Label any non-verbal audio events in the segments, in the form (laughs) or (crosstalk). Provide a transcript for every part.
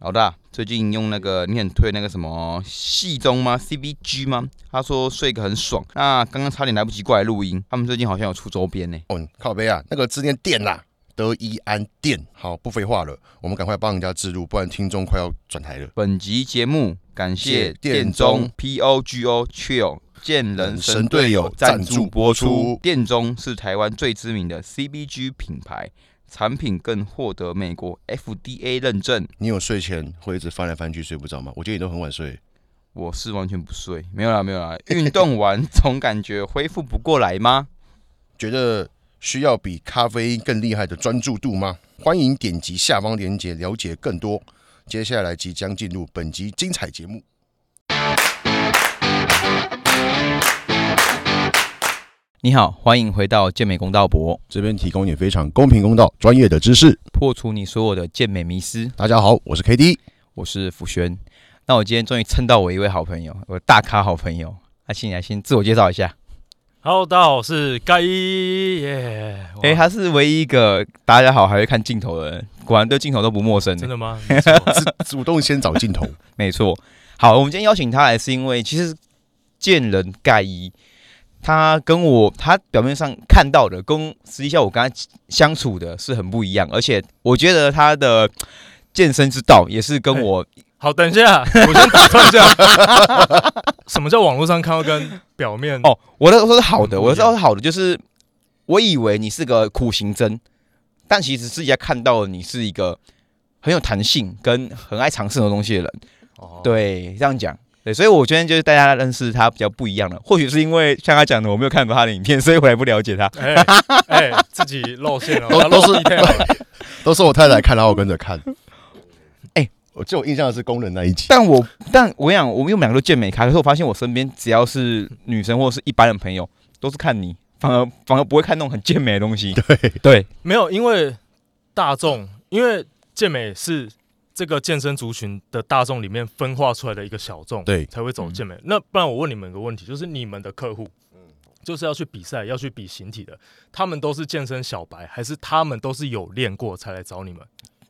老大，最近用那个你很推那个什么戏中吗？CBG 吗？他说睡个很爽。那刚刚差点来不及过来录音，他们最近好像有出周边呢。哦，靠背啊，那个字念电啦、德一安电。好，不废话了，我们赶快帮人家置入，不然听众快要转台了。本集节目感谢谢店店中中 P O G O Chill 见人神神队友赞赞助助播播出出。店中是台湾最知名的 CBG 品牌，产品更获得美国 FDA 认证。你有睡前会一直翻来翻去睡不着吗？我觉得你都很晚睡。我是完全不睡，没有啦，没有啦。运动完 (laughs) 总感觉恢复不过来吗？觉得需要比咖啡因更厉害的专注度吗？欢迎点击下方链接了解更多。接下来即将进入本集精彩节目。你好，欢迎回到健美公道博，这边提供你非常公平公道、专业的知识。破除你所有的健美迷思。大家好，我是 K D。我是福轩。那我今天终于蹭到我一位好朋友，我的大咖好朋友。那请你来先自我介绍一下。 Hello，大家好，我是盖伊耶。诶，哇他是唯一一个大家好还会看镜头的人，果然对镜头都不陌生。真的吗？没错主动先找 (laughs) 镜头，没错。好，我们今天邀请他来是因为其实见人盖伊，他跟我他表面上看到的，跟实际上我跟他相处的是很不一样，而且我觉得他的健身之道也是跟我好，等一下，我先打断一下。 (laughs) 什么叫网络上看到跟表面？哦，我那时候是好的，嗯很不一样我那时候是好的，就是我以为你是个苦行僧，但其实自己在看到你是一个很有弹性跟很爱尝试很多东西的人。哦，对，这样讲。对，所以我今天就是带大家认识他比较不一样的，或许是因为像他讲的，我没有看过他的影片，所以我也不了解 (laughs) 他。哎哎，自己露馅了，都我要露都是 detail 都是我太太看，然后我跟着看。哎我就我印象的是工人那一集，但我但我跟你讲，我们我们两个都健美咖，可是我发现我身边只要是女生或是一般的朋友，都是看你，反而反而不会看那种很健美的东西。对对，没有，因为大众，因为健美是这个健身族群的大众里面分化出来的一个小众，对才会走嗯健美。那不然我问你们一个问题，就是你们的客户，就是要去比赛、要去比形体的，他们都是健身小白，还是他们都是有练过才来找你们？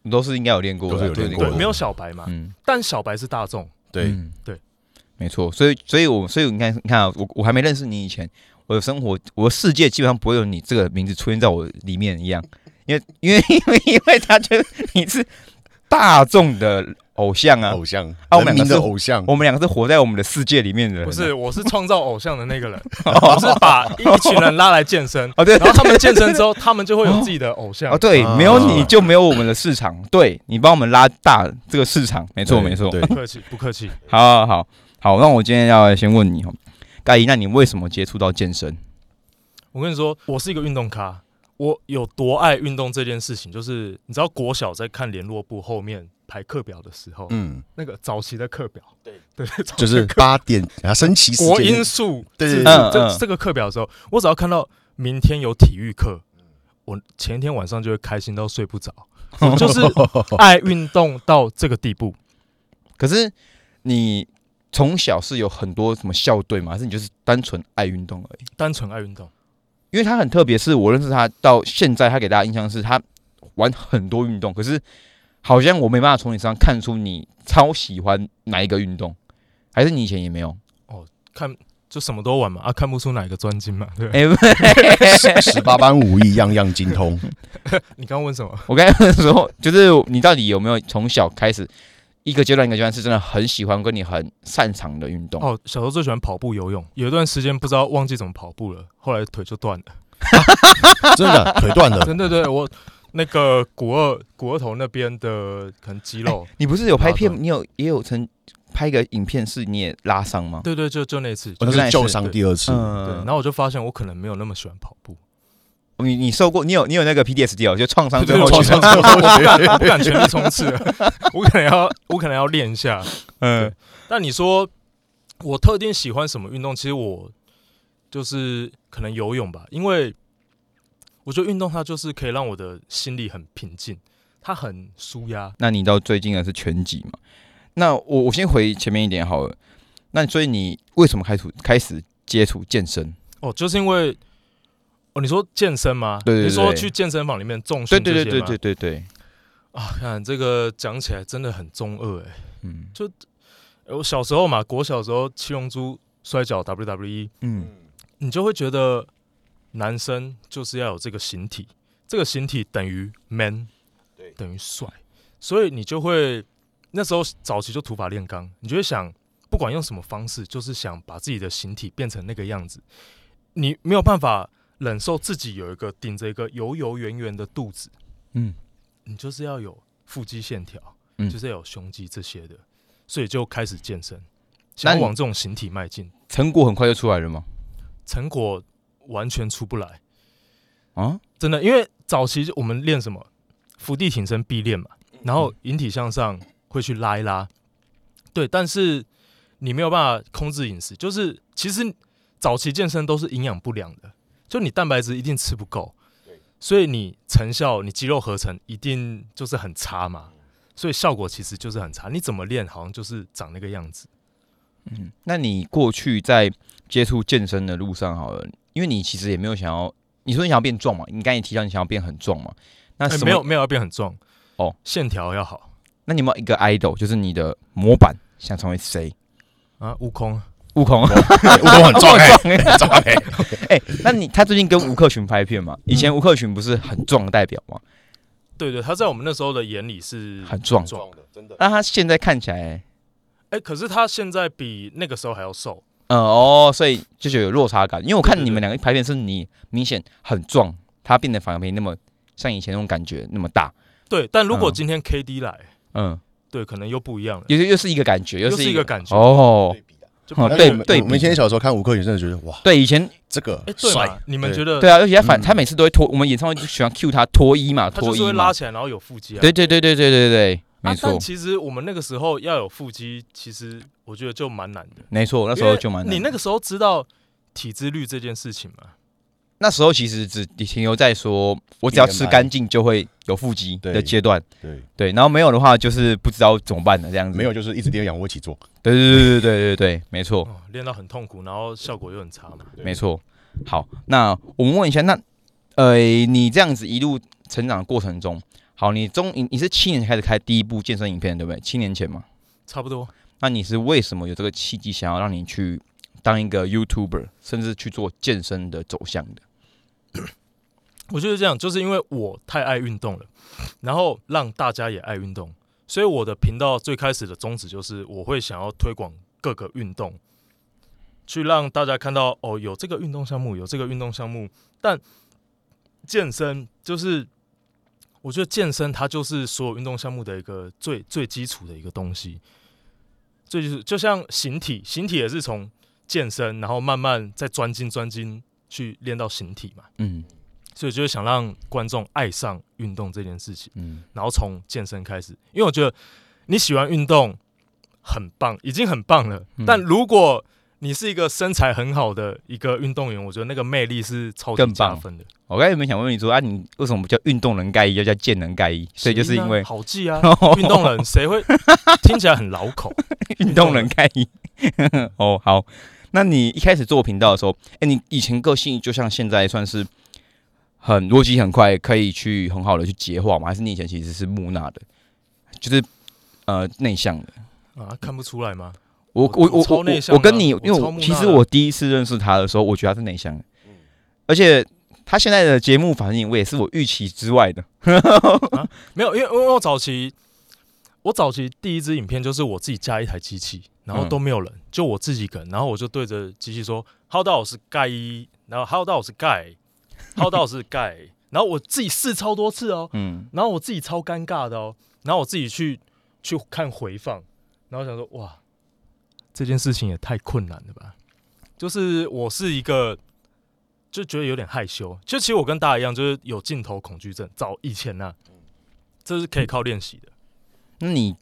你都是应该有练过的，都是有练对过，的没有小白嘛，嗯，但小白是大众，对，嗯对，没错。所以，所以我，所以你看，你看、啊，我我还没认识你以前，我的生活，我的世界基本上不会有你这个名字出现在我里面一样，因为，因为，因为，因为他觉得你是大众的偶像啊。偶像，啊我们两人个民的是偶像，我们两个是活在我们的世界里面的人、啊不 (laughs) 是，？我是创造偶像的那个人，我是把一群人拉来 (laughs) 健身，哦，对， (laughs) 然后他们健 (laughs) 身之后，他们就会有自己的偶像哦，。对，啊没有你就没有我们的市场，对你帮我们拉大这个市场，没错，对没错。对 (laughs) 不，客气，不客气。好好好好，那我今天要先问你哦，盖伊，那你为什么接触到健身？我跟你说，我是一个运动咖，我有多爱运动这件事情，就是你知道国小在看联络簿后面排课表的时候， (laughs) 嗯，那个早期的课表，对对，早期就是八点啊，升旗时国间音，数，对是对对嗯这嗯这个课表的时候，我只要看到明天有体育课，我前一天晚上就会开心到睡不着，(laughs) 我就是哦爱运动到这个地步。可是你从小是有很多什么校队吗？还是你就是单纯爱运动而已？单纯爱运动，因为他很特别，是我认识他到现在，他给大家印象是他玩很多运动，可是好像我没办法从你身上看出你超喜欢哪一个运动，还是你以前也没有？看就什么都玩嘛，啊，看不出哪一个专精嘛，对不对？哎、不是十八般武艺，样样精 (laughs) 通。你刚刚问什么？我刚才 (laughs) 说，就是你到底有没有从小开始一个阶段一个阶段是真的很喜欢跟你很擅长的运动？哦，小时候最喜欢跑步、游泳，有一段时间不知道忘记怎么跑步了，后来腿就断了。 (laughs) 真的腿断了， (laughs) 真的，对我那个股二股二头那边的可能肌肉，你不是有拍片拉，伤你有也有曾拍一个影片是你也拉伤吗？对对，就就那次。我哦那是旧伤第二次，对，嗯然后我就发现我可能没有那么喜欢跑步，你你受过，你有你有那个 PTSD 哦，就创伤症候我群。不敢我不敢全力冲刺，啊我可能要我可能要练一下。嗯，但你说我特定喜欢什么运动？其实我就是可能游泳吧，因为我觉得运动它就是可以让我的心里很平静，它很舒压。那你到最近的是拳击嘛？那我我先回前面一点好了。那所以你为什么开始开始接触健身？哦，就是因为哦，你说健身吗？对对对你说去健身房里面重训对对这些吗？对对对对对，啊，看这个讲起来真的很中二哎、嗯我小时候嘛，国小时候七龙珠摔跤 E WWE，嗯你就会觉得男生就是要有这个形体，这个形体等于 man，对等于帅，所以你就会那时候早期就土法炼钢，你就会想，不管用什么方式，就是想把自己的形体变成那个样子，你没有办法忍受自己有一个顶着一个油油圆圆的肚子，嗯你就是要有腹肌线条，嗯就是要有胸肌这些的，所以就开始健身，那想你要往这种形体迈进，成果很快就出来了吗？成果完全出不来，啊，真的，因为早期我们练什么伏地挺身必练嘛，然后引体向上会去拉一拉，对，但是你没有办法控制饮食，就是其实早期健身都是营养不良的，就你蛋白质一定吃不够，所以你成效你肌肉合成一定就是很差嘛，所以效果其实就是很差，你怎么练好像就是长那个样子。嗯，那你过去在接触健身的路上好了，因为你其实也没有想要，你说你想要变壮嘛？你刚才也提到你想要变很壮嘛？那哎什么、没有没有要变很壮哦，线条要好那你有没有一个 idol，就是你的模板，想成为谁？啊，悟空啊悟空，悟哎我都 (laughs) 很壮 (laughs) 空哎、很壮欸壮哎、哎、那你他最近跟吴克群拍片嘛？以前吴克群不是很壮的代表吗？对对，他在我们那时候的眼里是很壮壮的，真的。那他现在看起来，哎、可是他现在比那个时候还要瘦，呃哦，所以就是有落差感。因为我看对对你们对两个拍片，是你明显很壮，他变得反而没那么像以前那种感觉那么大。对。但如果嗯今天 KD 来，嗯，对，可能又不一样了，又是又是一个感觉，又是是一个个感觉。哦，就哦本来对就对我们以前小时候看吴克群，真的觉得哇，对，以前这个哎、对帅嘛，，你们对觉得对啊，而且他反嗯他每次都会脱，我们演唱会就喜欢 cue 他脱衣嘛，他脱就是衣会拉嘛。起来，然后有腹肌啊？对对对对对对对，啊没错但其实我们那个时候要有腹肌，其实我觉得就蛮难的。没错，那时因候为就蛮难你那个时候知道体脂率这件事情吗？那时候其实只停留在说我只要吃 BMI 干净就会有腹肌对的阶段，对，对，然后没有的话就是不知道怎么办的这样子。没有，就是一直练仰卧起坐。对对对对对对对，没错哦，练到很痛苦，然后效果又很差嘛。对没错。好，那我们问一下，那呃，你这样子一路成长的过程中，好，你中你你是七年前开始开第一部健身影片，对不对？七年前嘛，差不多，那你是为什么有这个契机，想要让你去当一个 YouTuber，甚至去做健身的走向的？我就是这样，就是因为我太爱运动了，然后让大家也爱运动，所以我的频道最开始的宗旨就是我会想要推广各个运动，去让大家看到哦，有这个运动项目，有这个运动项目，但健身就是。我觉得健身它就是所有运动项目的一个最最基础的一个东西，最就是就像形体，形体也是从健身，然后慢慢再专精专精去练到形体嘛。嗯所以就是想让观众爱上运动这件事情，嗯然后从健身开始，因为我觉得你喜欢运动很棒，已经很棒了。嗯但如果你是一个身材很好的一个运动员，我觉得那个魅力是超级更加棒分的。我刚才有没有想问你说啊，你为什么不叫运动人盖伊，要叫健人盖伊？所以就是因为啊好记啊， (laughs) 运动人谁会听起来很老口？ (laughs) 运动人盖伊。 (laughs) 哦，好，那你一开始做频道的时候，哎、你以前个性就像现在算是很逻辑很快，可以去很好的去结化吗？还是你以前其实是木讷的，就是呃内向的？啊，看不出来吗？我我我我超我内向我的啊嗯跟你，因为我超我木讷其实的我第一次认识他的时候，我觉得他是内向的，而且他现在的节目反应我也是我预期之外的。没有，因为因为我早期我早期第一支影片就是我自己架一台机器，然后嗯都没有人，就我自己一个人，然后我就对着机器说：“How 到我是盖一，然后 How 到我是盖，How 到我是盖。”然后我自己试超多次哦，嗯，然后我自己超尴尬的哦，然后我自己去去看回放，然后想说：“哇，这件事情也太困难了吧！”就是我是一个。就觉得有点害羞，就其实我跟大家一样，就是有镜头恐惧症，早以前呐、这是可以靠练习的。那你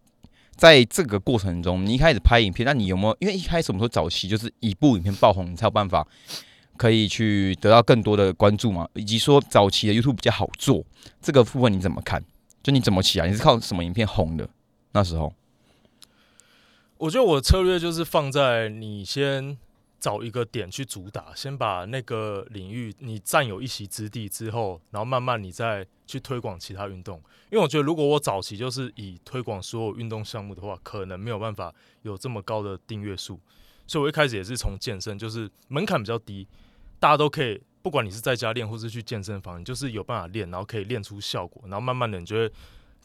在这个过程中，你一开始拍影片，那你有没有？因为一开始我们说早期就是一部影片爆红，你才有办法可以去得到更多的关注嘛，以及说早期的 YouTube 比较好做，这个部分你怎么看？就你怎么起来？你是靠什么影片红的？那时候，我觉得我的策略就是放在你先找一个点去主打，先把那个领域你占有一席之地之后，然后慢慢你再去推广其他运动。因为我觉得，如果我早期就是以推广所有运动项目的话，可能没有办法有这么高的订阅数。所以我一开始也是从健身，就是门槛比较低，大家都可以，不管你是在家练或是去健身房，你就是有办法练，然后可以练出效果，然后慢慢的你就会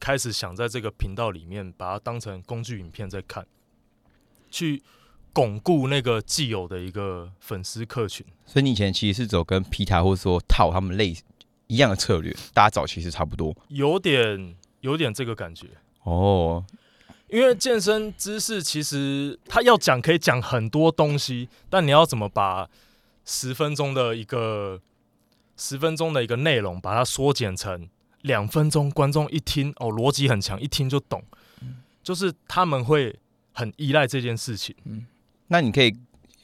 开始想在这个频道里面把它当成工具影片在看，去巩固那个既有的一个粉丝客群。所以你以前其实是走跟皮塔或者说套他们类一样的策略，大家早期是差不多有点有点这个感觉。哦。因为健身知识其实它要讲可以讲很多东西，但你要怎么把十分钟的一个十分钟的一个内容，把它缩减成两分钟，观众一听哦，逻辑很强，一听就懂，就是他们会很依赖这件事情。那你可以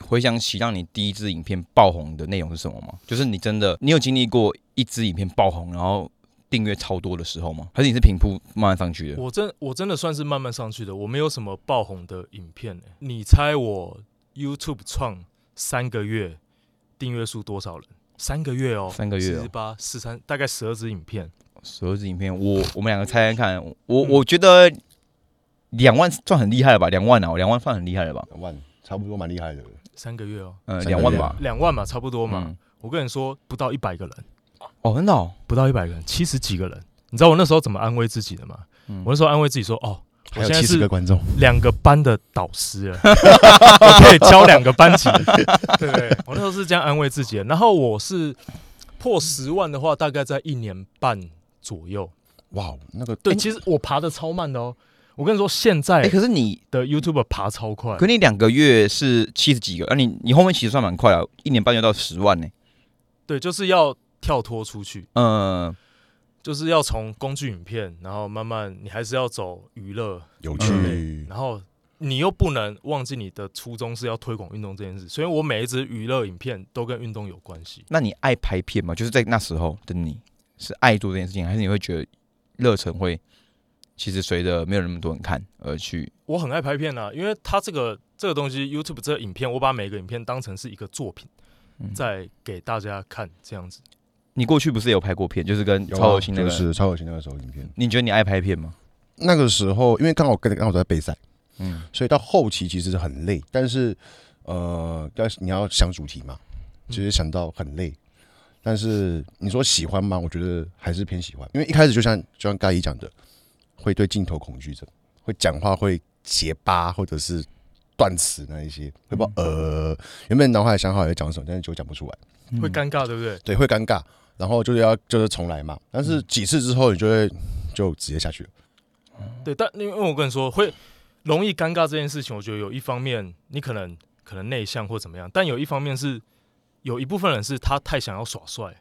回想起让你第一支影片爆红的内容是什么吗？就是你真的你有经历过一支影片爆红，然后订阅超多的时候吗？还是你是平铺慢慢上去的？我真我真的算是慢慢上去的，我没有什么爆红的影片、欸。你猜我 YouTube 创三个月订阅数多少人？三个月哦，三个月哦十八十三，大概十二支影片。所有支影片，我我们两个猜猜看， (laughs) 我我觉得两万算很厉害了吧？两万啊，两万算很厉害了吧？两万差不多蛮厉害的。三个月哦，嗯，三个两万吧。两万嘛，差不多嘛。嗯，我跟你说，不到一百个人，哦，很好，不到一百个人，七十几个人。你知道我那时候怎么安慰自己的吗？嗯我那时候安慰自己说，哦，还我有现在七十是个观众，两个班的导师了， (laughs) 我可以教两个班级。对，我那时候是这样安慰自己的。然后我是破十万的话，大概在一年半左右。哇，那个对，哎其实我爬的超慢的哦。我跟你说，现在哎，可是你的 YouTube 爬超快可，你两个月是七十几个，那、你你后面其实算蛮快了，一年半就到十万呢、对，就是要跳脱出去，嗯，就是要从工具影片，然后慢慢你还是要走娱乐，有嗯趣，然后你又不能忘记你的初衷是要推广运动这件事。所以我每一支娱乐影片都跟运动有关系。那你爱拍片吗？就是在那时候的你是爱做这件事情，还是你会觉得热忱会其实随着没有那么多人看而去？我很爱拍片啊，因为它这个这个东西，YouTube 这个影片，我把每个影片当成是一个作品，嗯再给大家看这样子。你过去不是也有拍过片，就是跟有啊超有心那个，就是超恶心那个时候影片。你觉得你爱拍片吗？那个时候，因为刚好跟刚好在备赛，嗯，所以到后期其实很累，但是呃，要你要想主题嘛，嗯其实想到很累。但是你说喜欢吗？我觉得还是偏喜欢，因为一开始就像就像盖伊讲的，会对镜头恐惧症，会讲话会结巴或者是断词那一些，会不知道嗯呃，原本脑海想好要讲什么，但是就讲不出来。嗯会尴尬，对不对？对，会尴尬，然后就是要就是重来嘛。但是几次之后，你就会就直接下去了。对，但因为我跟你说，会容易尴尬这件事情，我觉得有一方面你可能可能内向或怎么样，但有一方面是有一部分人是他太想要耍帅，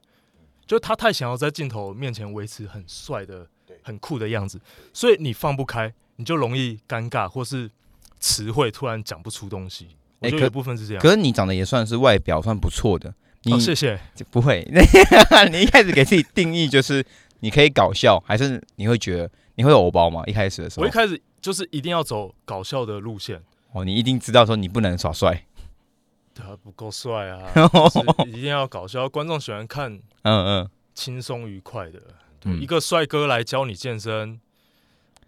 就是他太想要在镜头面前维持很帅的、很酷的样子，所以你放不开，你就容易尴尬，或是词汇突然讲不出东西。我哎觉可得有一部分是这样。可是你长得也算是外表算不错的，你、哦，谢谢。不会， (laughs) 你一开始给自己定义就是你可以搞笑，还是你会觉得你会有偶包吗？一开始的时候我一，开始就是哦一定要走搞笑的路线，哦，你一定知道说你不能耍帅，对啊，不够帅 (laughs) 啊，嗯就是一定要搞笑，观众喜欢看嗯，轻松愉快的。嗯一个帅哥来教你健身，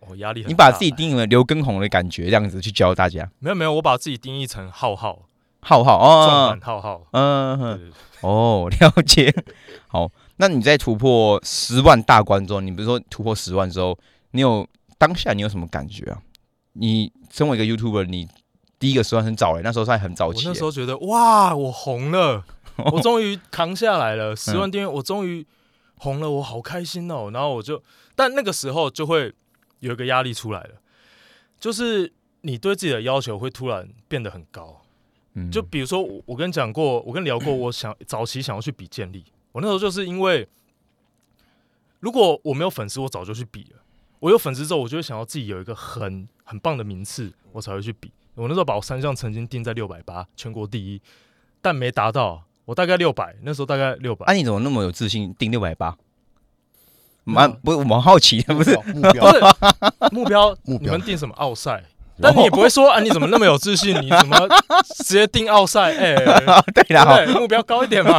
哦，压力很大。你把自己定义为刘畊宏的感觉，这样子去教大家。没有没有，我把自己定义成浩浩，浩浩壮哦胆，浩浩。嗯对哼，对对哦，了解。 (laughs) 好，那你在突破十万大关之后，你不是说突破十万之后，你有当下你有什么感觉啊？你身为一个 YouTuber，你第一个十万很早嘞、那时候算很早我期、那时欸。候觉得哇，我红了，我终于扛下来了，十万订阅，我终于红了，我好开心哦。然后我就，但那个时候就会有一个压力出来了，就是你对自己的要求会突然变得很高。嗯就比如说我，我跟你讲过，我跟你聊 (clears throat) 过，我想早期想要去比健力，我那时候就是因为，如果我没有粉丝，我早就去比了。我有粉丝之后，我就会想要自己有一个很很棒的名次，我才会去比。我那时候把我三项曾经定在六百八，全国第一，但没达到。我大概六百，那时候大概六百、哎啊，你怎么那么有自信定六百八？蛮没有嗯 (laughs) 不，我蛮好奇的，不是目标目标目标。 (laughs) 目标你们定什么奥赛？但你也不会说啊，你怎么那么有自信？你怎么直接定奥 (laughs) 赛？哎、啊，对对啦，好，不对目标高一点嘛。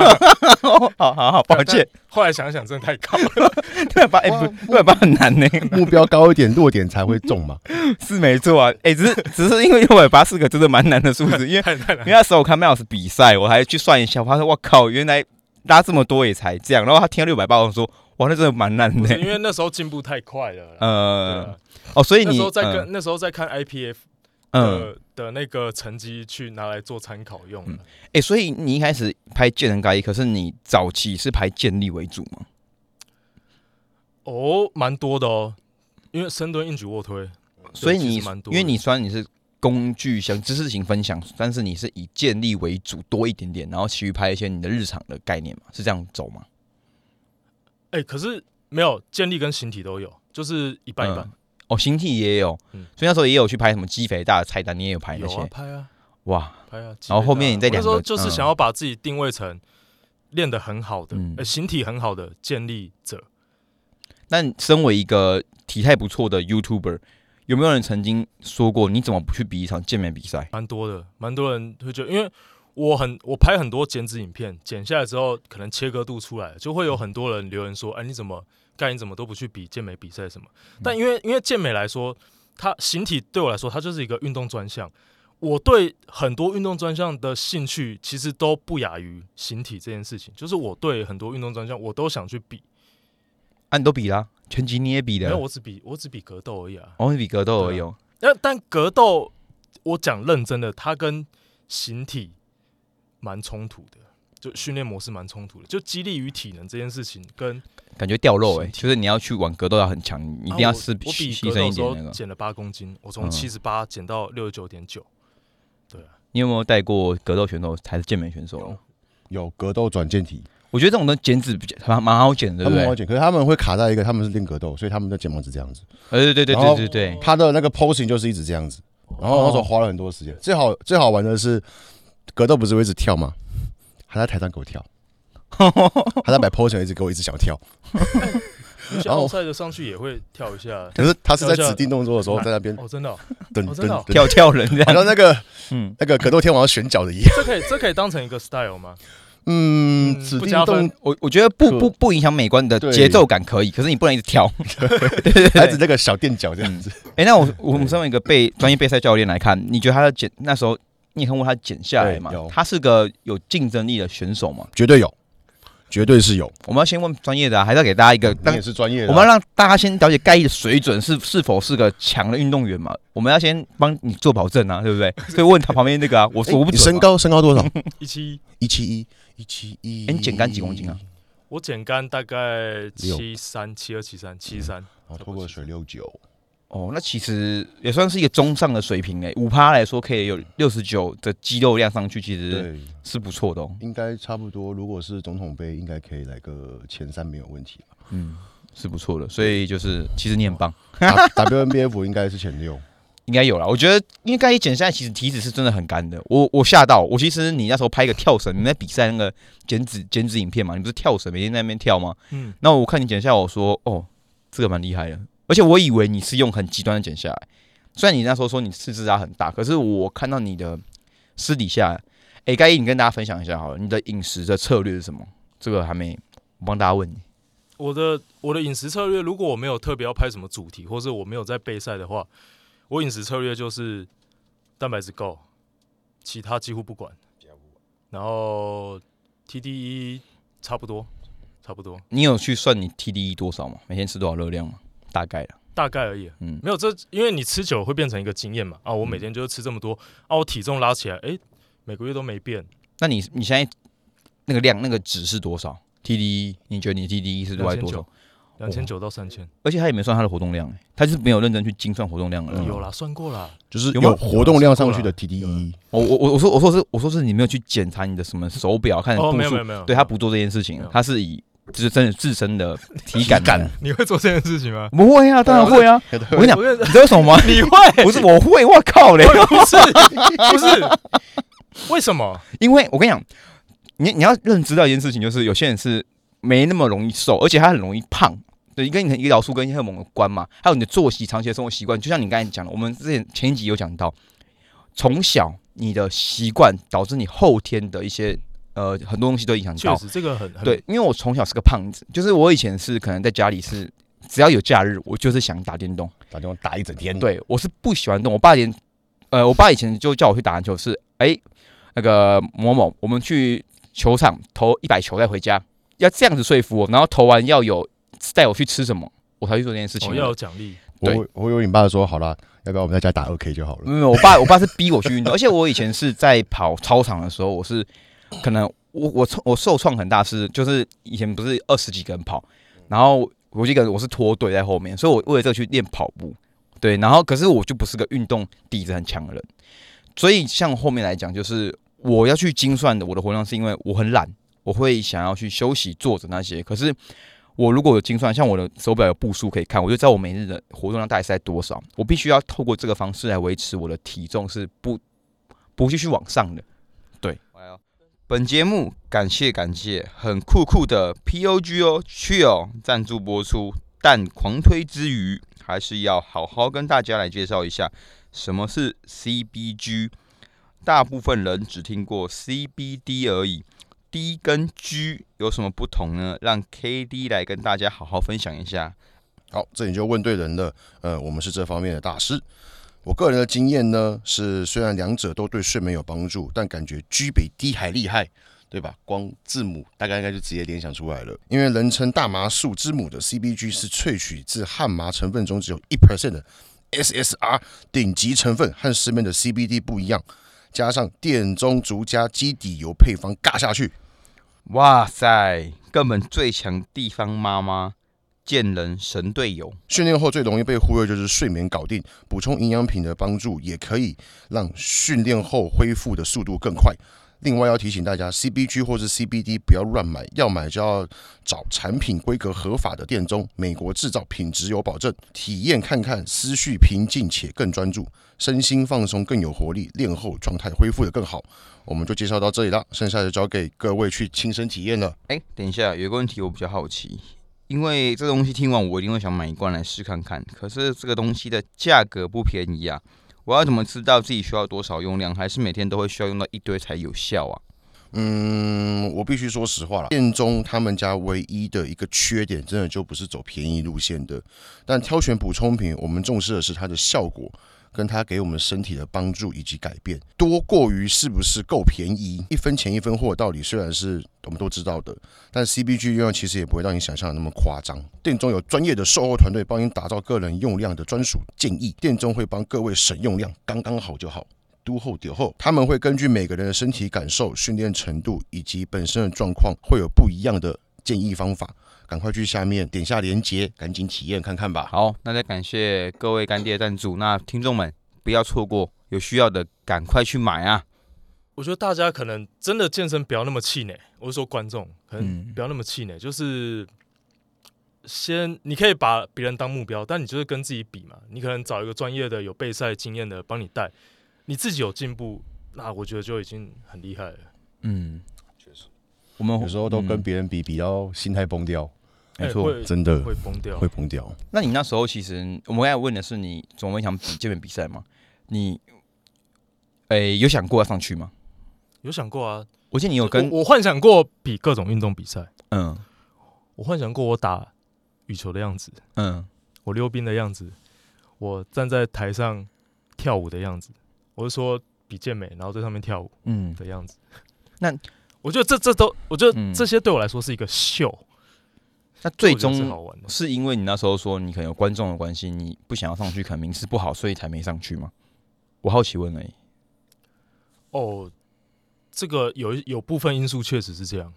好好好，抱歉，后来想想，真的太高了。六百八，哎，不，六百八很难呢，目标高一点，落点才会中嘛。是没错啊，哎，只 (laughs) 是只是因为六百八是个真的蛮难的数字，因为太太难因为那时候我看麦老师比赛，我还去算一下，我发现我靠，原来拉这么多也才这样，然后他听到六百八，我说哇，那真的蛮难不是因的，为那时候进步太快了啦。对呃啊，哦，所以那你时候在嗯跟那时候在看 IPF 嗯，的的那个成绩去拿来做参考用了。哎，所以你一开始拍健人咖一，可是你早期是拍健力为主吗？哦，蛮多的哦，因为深蹲、硬举、卧推，所以其实你蛮多因为的你虽然你是工具型知识型分享，但是你是以建立为主多一点点，然后其余拍一些你的日常的概念嘛，是这样走吗？哎、可是没有健力跟形体都有，就是一半一半嗯。哦，形体也有，嗯所以那时候也有去拍什么肌肥大的菜单，你也有拍那有些、啊，拍啊，哇，拍啊。然后后面你再基本两上啊我那时个候就是嗯想要把自己定位成练得很好的，嗯呃，形体很好的健力者。那你身为一个体态不错的 YouTuber，有没有人曾经说过你怎么不去比一场健美比赛？蛮多的，蛮多人会觉得，因为我很我拍很多减脂影片，剪下来之后，可能切割度出来，就会有很多人留言说：“哎，你怎么干？你怎么都不去比健美比赛什么？”但因为因为健美来说，它形体对我来说，它就是一个运动专项。我对很多运动专项的兴趣，其实都不亚于形体这件事情。就是我对很多运动专项，我都想去比。啊，你都比啦，拳击你也比没了有，，我只比我只比格斗而已啊。哦，你比格斗而已哦。那但格斗，我讲认真的，它跟形体蛮冲突的，就训练模式蛮冲突的，就激励与体能这件事情跟感觉掉肉哎、形体就是你要去玩格斗要很强，你一定要啊是我我比牺格牲一斗的时点候那个。减了八公斤，我从嗯七十八减到六十九点九，对啊，你有没有带过格斗选手还是健美选手有？有格斗转健体，我我觉得这种东西减脂比较蛮蛮好减的，他对们不毛对？剪，可是他们会卡在一个，他们是练格斗，所以他们的睫毛是这样子，呃，对对对然后对对对，他的那个 posing 就是一直这样子。哦然后那时候花了很多时间。哦最好最好玩的是，格斗不是会一直跳吗？还在台上给我 (laughs) 跳，他在摆 posing 一直给我一直想跳。你然像后奥赛的上去也会跳一下，可是他是在指定动作的时候在那边哦，真的哦、噔哦噔真的哦 (laughs) 噔，跳跳人这样，好像那个嗯，那个格斗天王要选脚的一样。这可以这可以当成一个 style 吗？嗯，嗯指不定加动分我我觉得不可不不影响美观的对节奏感可以，可是你不能一直跳。还哎指那个小垫脚这样子。哎，那我我们身为一个备专业备赛教练来看，你觉得他的减那时候你也看过他减下来嘛对有？他是个有竞争力的选手嘛？绝对有，绝对是有。我们要先问专业的啊，还是要给大家一个你当也是专业的啊，我们要让大家先了解盖伊的水准是是否是个强的运动员嘛？我们要先帮你做保证啊，对不对？所以问他旁边那个啊，我哎说我不你准嘛身高身高多少？一七一七一，一七一。哎你减干几公斤啊？我减杆大概七三七二七三七三，然后透过水六九，哦，那其实也算是一个中上的水平诶、五趴来说可以有六十九的肌肉量上去，其实对，是不错的哦。应该差不多。如果是总统杯，应该可以来个前三没有问题吧。嗯，是不错的。所以就是，其实你很棒， (laughs) 打 WNBF 应该是前六，应该有啦。我觉得，因为盖伊减下来，其实体脂是真的很干的。我我吓到我，其实你那时候拍一个跳绳，你在比赛那个减脂减脂影片嘛，你不是跳绳每天在那边跳吗？嗯，那我看你剪下来，我说哦，这个蛮厉害的，而且我以为你是用很极端的剪下来。虽然你那时候说你四肢压很大，可是我看到你的私底下，哎、盖伊，你跟大家分享一下好了，你的饮食的策略是什么？这个还没，我帮大家问你。我的我的饮食策略，如果我没有特别要拍什么主题，或是我没有在备赛的话，我饮食策略就是蛋白质够，其他几乎不管。然后 TDE 差不多，差不多，你有去算你 TDE 多少吗？每天吃多少热量吗？大概的，大概而已。嗯，没有这，因为你吃久了会变成一个经验嘛。啊，我每天就是吃这么多，啊，我体重拉起来，诶，每个月都没变，那你你现在那个量那个值是多少？TDE，你觉得你 TDE E 是多还多少2900？两千九到三千，而且他也没算他的活动量、欸，他就是没有认真去精算活动量而已。有啦，算过啦。就是有吗有活动量上去的有啦 TDE，我我我我说我说是我说是你没有去检查你的什么手表看哦，步没有数没有，没有，对他不做这件事没情有，他是以自身自身的体感 (laughs) 感。你会做这件事情吗？不会啊，当然会 (laughs) 啊！我跟你讲，我跟你知道为什么吗？ (laughs) 你会不是我会，我靠嘞！ (laughs) 不是不是，为什么？因为我跟你讲，你你要认知到一件事情，就是有些人是没那么容易瘦，而且他很容易胖。对，跟你的胰岛素跟荷尔蒙有关嘛，还有你的作息、长期的生活习惯，就像你刚才讲的，我们之前前一集有讲到，从小你的习惯导致你后天的一些呃很多东西都影响确到。实这嗯个很很哦对，因为我从小是个胖子，就是我以前是可能在家里是只要有假日，我就是想打电动。打电话打一整天，，对我是不喜欢动，我爸连呃，我爸以前就叫我去打篮球是，哎、那个某某，我们去球场投一百球再回家，要这样子说服我，然后投完要有带我去吃什么，我才去做这件事情哦的。要有奖励，我对会我会问你爸说，好啦，要不要我们在家打二 K 就好了？没有，我爸我爸是逼我去运动，而且我以前是在跑操场的时候，我是可能我我我受创很大是，就是以前不是二十几个人跑，然后我一个人我是拖队在后面，所以我为了这个去练跑步，对，然后可是我就不是个运动底子很强的人，所以像后面来讲，就是我要去精算的我的活动量，是因为我很懒，我会想要去休息坐着那些，可是我如果有精算，像我的手表有步数可以看，我就知道我每日的活动量大概是在多少。我必须要透过这个方式来维持我的体重是不不继续往上的。对，本节目感谢感谢很酷酷的 POGO Chill 哦赞助播出，但狂推之余，还是要好好跟大家来介绍一下什么是 CBG。大部分人只听过 CBD 而已，D 跟 G 有什么不同呢？让 KD 来跟大家好好分享一下。好，这你就问对人了。呃，我们是这方面的大师。我个人的经验呢是，虽然两者都对睡眠有帮助，但感觉 G 比 D 还厉害，对吧？光字母大概应该就直接联想出来了。因为人称大麻素之母的 CBG 是萃取自旱麻成分中只有一 percent 的 SSR 顶级成分，和市面的 CBD 不一样。加上电中竹加基底油配方尬下去，哇塞，根本最强地方妈妈，见人神队友。训练后最容易被忽略就是睡眠搞定，补充营养品的帮助也可以让训练后恢复的速度更快。另外要提醒大家，CBG 或是 CBD 不要乱买，要买就要找产品规格合法的店中，美国制造，品质有保证。体验看看，思绪平静且更专注，身心放松更有活力，练后状态恢复的更好。我们就介绍到这里啦，剩下就交给各位去亲身体验了。哎，等一下，有一个问题我比较好奇，因为这东西听完我一定会想买一罐来试看看。可是这个东西的价格不便宜啊，我要怎么知道自己需要多少用量？还是每天都会需要用到一堆才有效啊？嗯，我必须说实话了，店中他们家唯一的一个缺点，真的就不是走便宜路线的。但挑选补充品，我们重视的是它的效果，跟它给我们身体的帮助以及改变，多过于是不是够便宜。一分钱一分货的道理虽然是我们都知道的，但 CBG 用量其实也不会让你想象的那么夸张。店中有专业的售后团队帮你打造个人用量的专属建议，店中会帮各位省用量，刚刚好就好。都后丢后，他们会根据每个人的身体感受、训练程度以及本身的状况，会有不一样的建议方法。赶快去下面点下连接，赶紧体验看看吧。好，那再感谢各位干爹的赞助，那听众们不要错过，有需要的赶快去买啊！我觉得大家可能真的健身不要那么气馁，我是说观众可嗯能不要那么气馁，就是先你可以把别人当目标，但你就是跟自己比嘛，你可能找一个专业的有备赛经验的帮你带，你自己有进步，那我觉得就已经很厉害了。嗯，确实，我们有时候都跟嗯别人比，比较心态崩掉，没哎错会真的会崩掉会。崩掉。那你那时候其实，我们刚才问的是你总会想比这边比赛吗？你，诶、有想过要上去吗？有想过啊？我记得你有跟我我幻想过比各种运动比赛，嗯我幻想过我打羽球的样子，嗯，我溜冰的样子，我站在台上跳舞的样子，我是说比健美，然后在上面跳舞嗯，的样子。那我觉得这这都，我觉嗯得这些对我来说是一个秀，那最我觉得是好终玩的。是因为你那时候说你可能有观众的关系，你不想要上去，可能名次不好，所以才没上去吗？我好奇问而已。哦，这个有一有部分因素确实是这样。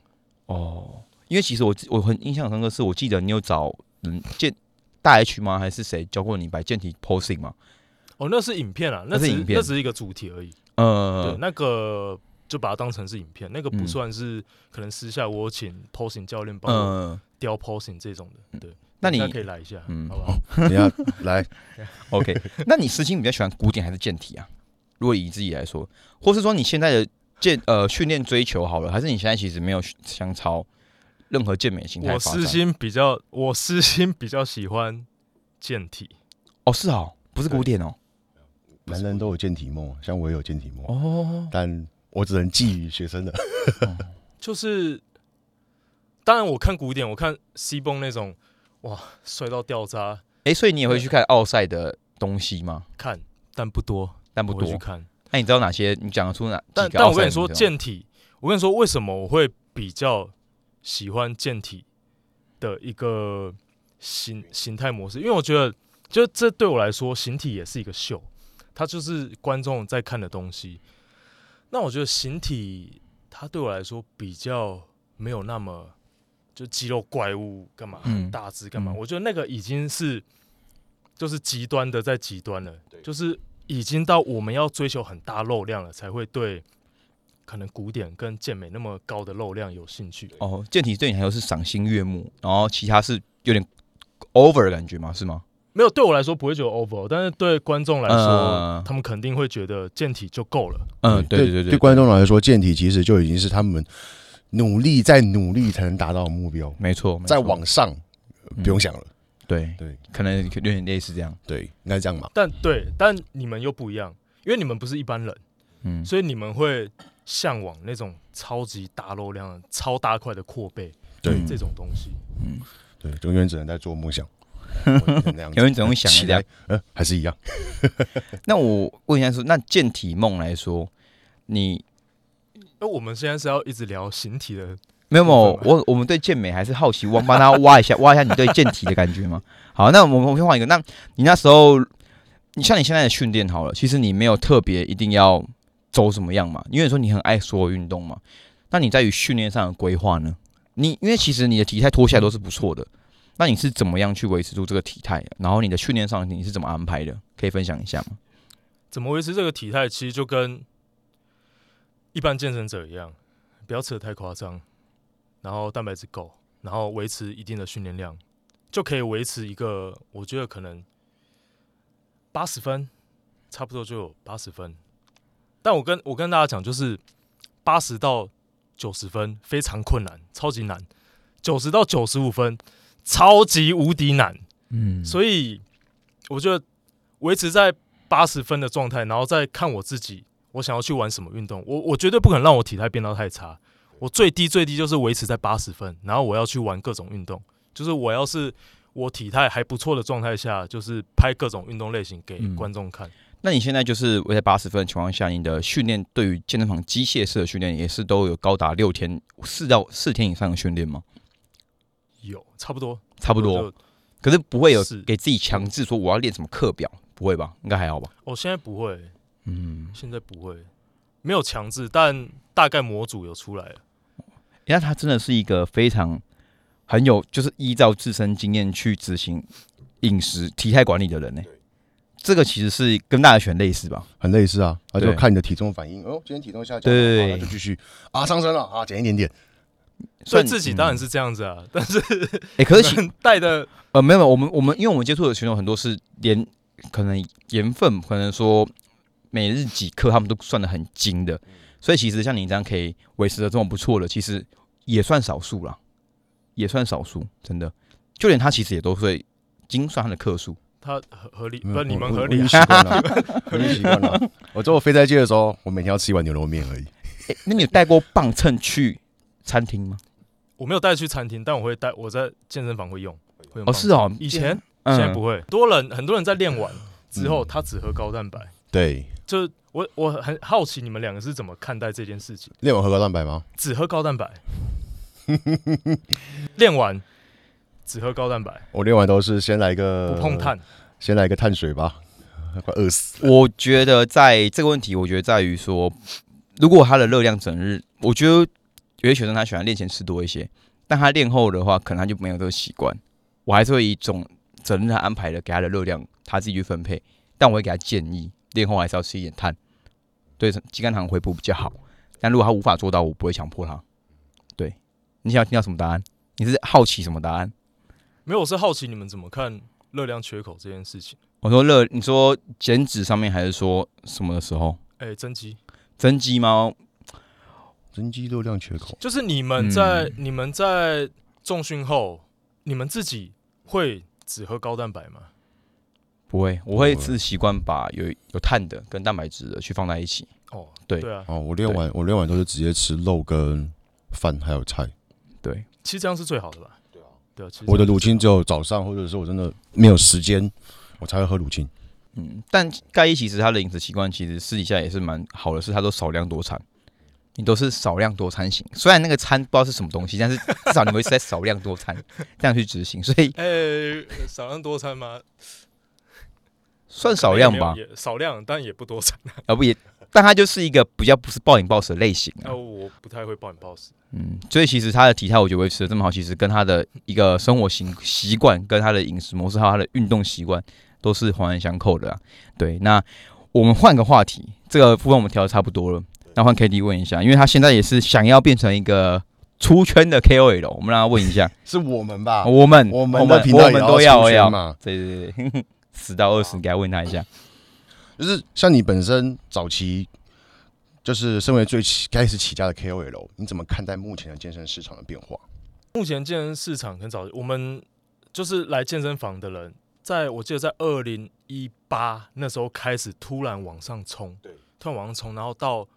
哦，因为其实我记我很印象深刻，是我记得你有找嗯健大 H 吗？还是谁教过你摆健体 posing 吗？哦，那是影片啊，那那是只影片那只是一个主题而已。对，呃，那个就把它当成是影片，那个不嗯算是可能私下我有请 posing 教练帮我嗯、雕 posing 这种的。对，那大家你可以来一下，嗯好不等好？一下来， OK，那 (laughs) 你私心比较喜欢古典还是健体啊？如果以自己来说，或是说你现在的健呃训练追求好了，还是你现在其实没有想朝任何健美形态我发私展。心比较，我私心比较喜欢健体，哦，是哦，不是古典哦。男人都有健体梦，像我也有健体梦，哦，但我只能寄予学生的。就是当然我看古典，我看西崩那种，哇，摔到掉渣，哎，所以你也会去看奥赛的东西吗？看，但不多，但不我会去多。看。那你知道哪些？你讲得出哪？但几个但奥我跟赛你说，知道健体，我跟你说为什么我会比较喜欢健体的一个形形态模式，因为我觉得，就这对我来说，形体也是一个秀，它就是观众在看的东西。那我觉得形体，它对我来说比较没有那么就肌肉怪物干嘛，嗯很大只干嘛？嗯我觉得那个已经是就是极端的在极端了，就是已经到我们要追求很大肉量了，才会对可能古典跟健美那么高的肉量有兴趣。哦，健体对你来说是赏心悦目，然后其他是有点 over 的感觉吗？是吗？没有对我来说不会觉得 over，但是对观众来说，嗯他们肯定会觉得健体就够了。嗯，对对对对，观众来说，健体其实就已经是他们努力在努力才能达到的目标，没错，没错再往上嗯不用想了。对对可能有点类似这样。对，应该这样嘛。但对，但你们又不一样，因为你们不是一般人，嗯，所以你们会向往那种超级大肉量、超大块的阔背对嗯这种东西。对，永远只能在做梦想，那样子有人总会想起这样来，呃，还是一样。那我问一下说，那健体梦来说，你那我们现在是要一直聊形体的，没有没有部，分我我们对健美还是好奇，我帮他挖一下， (laughs) 挖一下你对健体的感觉吗？好，那我们我们先换一个。那你那时候，你像你现在的训练好了，其实你没有特别一定要走什么样嘛，因为说你很爱所有运动嘛。那你在于训练上的规划呢？你因为其实你的体态脱下来都是不错的，那你是怎么样去维持住这个体态的？然后你的训练上你是怎么安排的？可以分享一下吗？怎么维持这个体态，其实就跟一般健身者一样，不要吃的太夸张，然后蛋白质够，然后维持一定的训练量，就可以维持一个，我觉得可能八十分，差不多就有八十分。但我跟我跟大家讲，就是八十到九十分非常困难，超级难；九十到九十五分超级无敌难。嗯所以我觉得维持在八十分的状态，然后再看我自己，我想要去玩什么运动，我我绝对不可能让我体态变到太差。我最低最低就是维持在八十分，然后我要去玩各种运动，就是我要是我体态还不错的状态下，就是拍各种运动类型给嗯观众看。那你现在就是我在八十分的情况下，你的训练对于健身房机械式的训练也是都有高达六天四到四天以上的训练吗？有差不多，差不我多就，可是不会有是给自己强制说我要练什么课表，不会吧？应该还好吧？哦，现在不会，嗯，现在不会，没有强制，但大概模组有出来了。那他真的是一个非常很有就是依照自身经验去执行饮食体态管理的人呢、这个其实是跟大选类似吧？很类似啊，他就对看你的体重反应。哦，今天体重下降了，对好那就继续啊，上升了啊，减一点点。所算以自己当然嗯是这样子啊，但是哎、可是其带的呃，没有，没有，我们我们因为我们接触的选手很多是连可能盐分，可能说每日几克，他们都算得很精的，所以其实像你这样可以维持的这么不错的，其实也算少数啦，也算少数，真的。就连他其实也都会精算他的克数，它合合理，嗯不是你我们我合我已理经啊。习惯了，我已经习惯了。我做我飞在界的时候，我每天要吃一碗牛肉面而已。诶那你有带过磅秤去餐厅吗？我没有带去餐厅，但我会带我在健身房会用。会用哦，棒是哦，以前、嗯现在不会，多人很多人在练完之后，他只喝高蛋白。对，就我我很好奇你们两个是怎么看待这件事情？练完喝高蛋白吗？只喝高蛋白， (laughs) 练完只喝高蛋白，我练完都是先来一个不碰，碳。先来一个碳水吧，快饿死。我觉得在这个问题，我觉得在于说，如果他的热量整日，我觉得有些学生他喜欢练前吃多一些，但他练后的话，可能他就没有这个习惯。我还是会以总整日他安排的给他的热量，他自己去分配，但我会给他建议，练后还是要吃一点碳，对肌肝糖回补比较好。但如果他无法做到，我不会强迫他。对，你想要听到什么答案？你是好奇什么答案？没有，我是好奇你们怎么看热量缺口这件事情。我说热，你说减脂上面还是说什么的时候？哎，增肌增肌吗？增肌热量缺口，就是你们在、你们在重训后，你们自己会只喝高蛋白吗？不会，我会是习惯把有有碳的跟蛋白质的去放在一起。哦，对对啊，哦，我练完我练完都是直接吃肉跟饭还有菜。对，其实这样是最好的吧？对啊，对啊。其实我的这样乳是最清只有早上，或者是我真的没有时间，我才会喝乳清。嗯，但盖伊其实他的饮食习惯其实私底下也是蛮好的，是他都少量多餐，你都是少量多餐型。虽然那个餐不知道是什么东西，但是至少你会是在少量多餐 (laughs) 这样去执行，所以好的哎，少量多餐吗？算少量可吧能。也没有，也少量，但也不多餐。要不也，但他就是一个比较不是暴饮暴食的类型啊那。我不太会暴饮暴食。嗯，所以其实他的体态我觉得维持的这么好，其实跟他的一个生活习习惯、跟他的饮食模式还有他的运动习惯都是环环相扣的啊。对，那我们换个话题，这个部分我们调的差不多了，那换 K D 问一下，因为他现在也是想要变成一个出圈的 K O L，我们让他问一下，是我们吧？我们啊我们们的频道我也们都要出圈要，嘛，对对对 (laughs) 对，十到二十，你该问他一下。就是像你本身早期，就是身为最起开始起家的 KOL，你怎么看待目前的健身市场的变化？目前健身市场很早，我们就是来健身房的人，在我记得在二零一八那时候开始突然往上冲，对，突然往上冲，然后到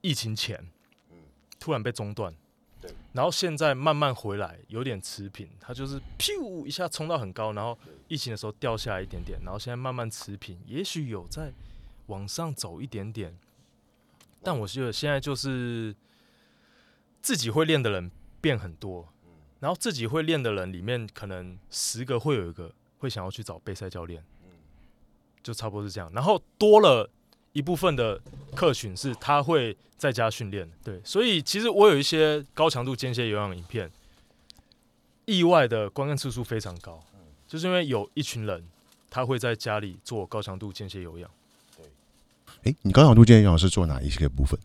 疫情前，突然被中断，嗯对，然后现在慢慢回来，有点持平，它就是咻一下冲到很高，然后疫情的时候掉下来一点点，然后现在慢慢持平，也许有在往上走一点点，但我觉得现在就是自己会练的人变很多，然后自己会练的人里面，可能十个会有一个会想要去找备赛教练，就差不多是这样。然后多了一部分的客群是他会在家训练，对，所以其实我有一些高强度间歇有氧影片，意外的观看次数非常高，就是因为有一群人他会在家里做高强度间歇有氧，诶，你高强度健身是做哪一些部分？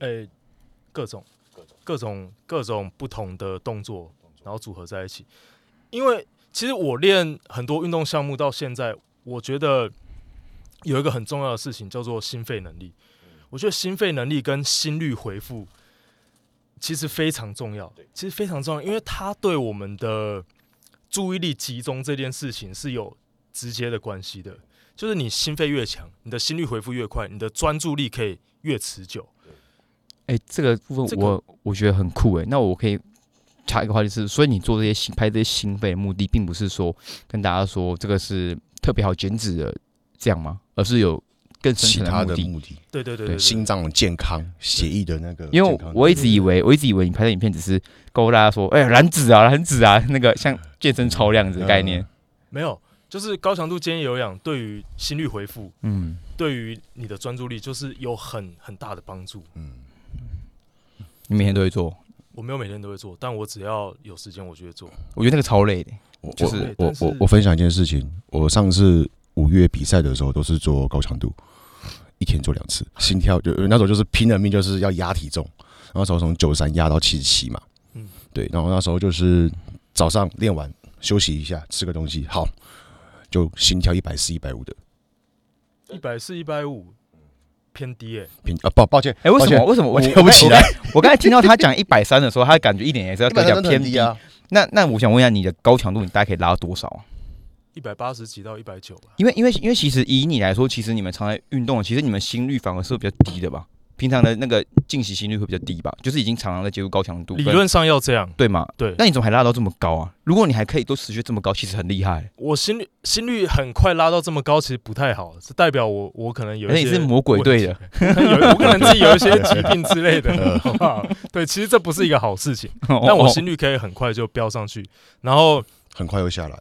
诶、哎各种各种各种不同的动作，然后组合在一起。因为其实我练很多运动项目到现在，我觉得有一个很重要的事情叫做心肺能力。我觉得心肺能力跟心率回复其实非常重要，其实非常重要，因为它对我们的注意力集中这件事情是有直接的关系的。就是你心肺越强，你的心率回复越快，你的专注力可以越持久。哎、这个部分我、这个我觉得很酷哎、那我可以插一个话题是，所以你做这些新拍这些新肺的目的，并不是说跟大家说这个是特别好减脂的这样吗？而是有更其深层他的目的。目的，对对对对对心脏健康、协议的那个因健康的为部分，我一直以为，我一直以为你拍的影片只是告诉大家说，哎、燃脂啊，燃脂啊，那个像健身操这样子的概念。没有，就是高强度间歇有氧对于心率回复，嗯，对于你的专注力，就是有很很大的帮助。你每天都会做，我没有每天都会做，但我只要有时间，我就会做。我觉得那个超累的、我就我是我但是我我分享一件事情，我上次五月比赛的时候都是做高强度，一天做两次，心跳就那时候就是拼了命就是要压体重，然后那时候从九三压到七十七嘛，嗯对，然后那时候就是早上练完休息一下，吃个东西，好，就心跳一百四一百五的一百四、一百五，偏低诶、平啊，抱抱歉，哎、为什抱歉么？为什么我我跳不起？来，我我刚才听到他讲一百三的时候，他感觉一点也是要跟我讲偏低。啊，那那我想问一下，你的高强度你大概可以拉到多少啊？一百八十几到一百九吧。因为因为因为其实以你来说，其实你们常在运动，其实你们心率反而是比较低的吧？平常的那个静息心率会比较低吧？就是已经常常在接触高强度，理论上要这样。对吗？对，那你怎么还拉到这么高啊？如果你还可以都持续这么高，其实很厉害。我心率心率很快拉到这么高，其实不太好，是代表我我可能有而且一你些是魔鬼队的，问题， (laughs) 有我可能自己有一些疾病之类 (laughs) 的，好不好？嗯 (laughs) 对，其实这不是一个好事情，哦但我 (laughs) 心率可以很快就飙上去，然后很快又下来，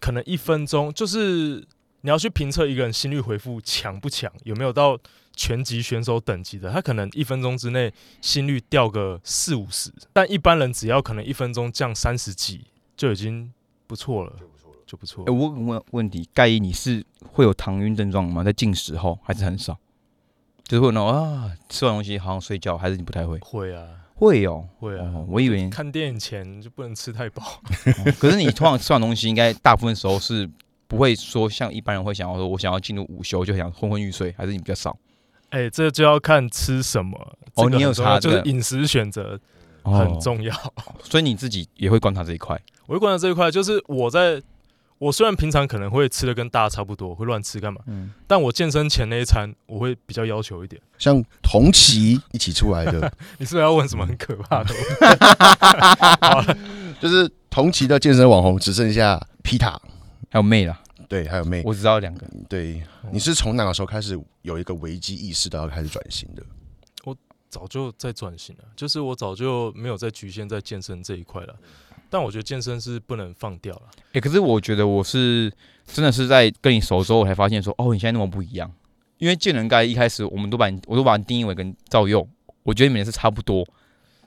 可能一分钟，就是你要去评测一个人心率回复强不强，有没有到拳击选手等级的，他可能一分钟之内心率掉个四五十，但一般人只要可能一分钟降三十几就已经不错了，就不错哎、。我有个问问题，盖伊，你是会有糖晕症状吗？在进食后还是很少？就是会有那种啊，吃完东西好像睡觉，还是你不太会？会啊，会哦，会啊哦，我以为，看电影前就不能吃太饱，哦 (laughs) 可是你通常吃完东西，应该大部分时候是不会说像一般人会想要说，我想要进入午休就想昏昏欲睡，还是你比较少？哎、这就要看吃什么。哦这个哦你有很重要查就是这个饮食选择，很重要。所以你自己也会观察这一块。我会观察这一块，就是我在我虽然平常可能会吃的跟大家差不多，会乱吃干嘛，嗯，但我健身前那一餐我会比较要求一点。像同期一起出 (laughs) 来的， (laughs) 你是不是要问什么很可怕的？就是同期的健身网红只剩下皮塔，还有妹啦，对，还有妹。我只知道两个。对，你是从哪个时候开始有一个危机意识到要开始转型的？ (laughs) 早就在转型了，就是我早就没有在局限在健身这一块了。但我觉得健身是不能放掉了。哎、可是我觉得我是真的是在跟你熟之后，我才发现说，哦，你现在那么不一样。因为见人盖一开始我们都把你，我都把你定义为跟赵佑，我觉得你们也是差不多，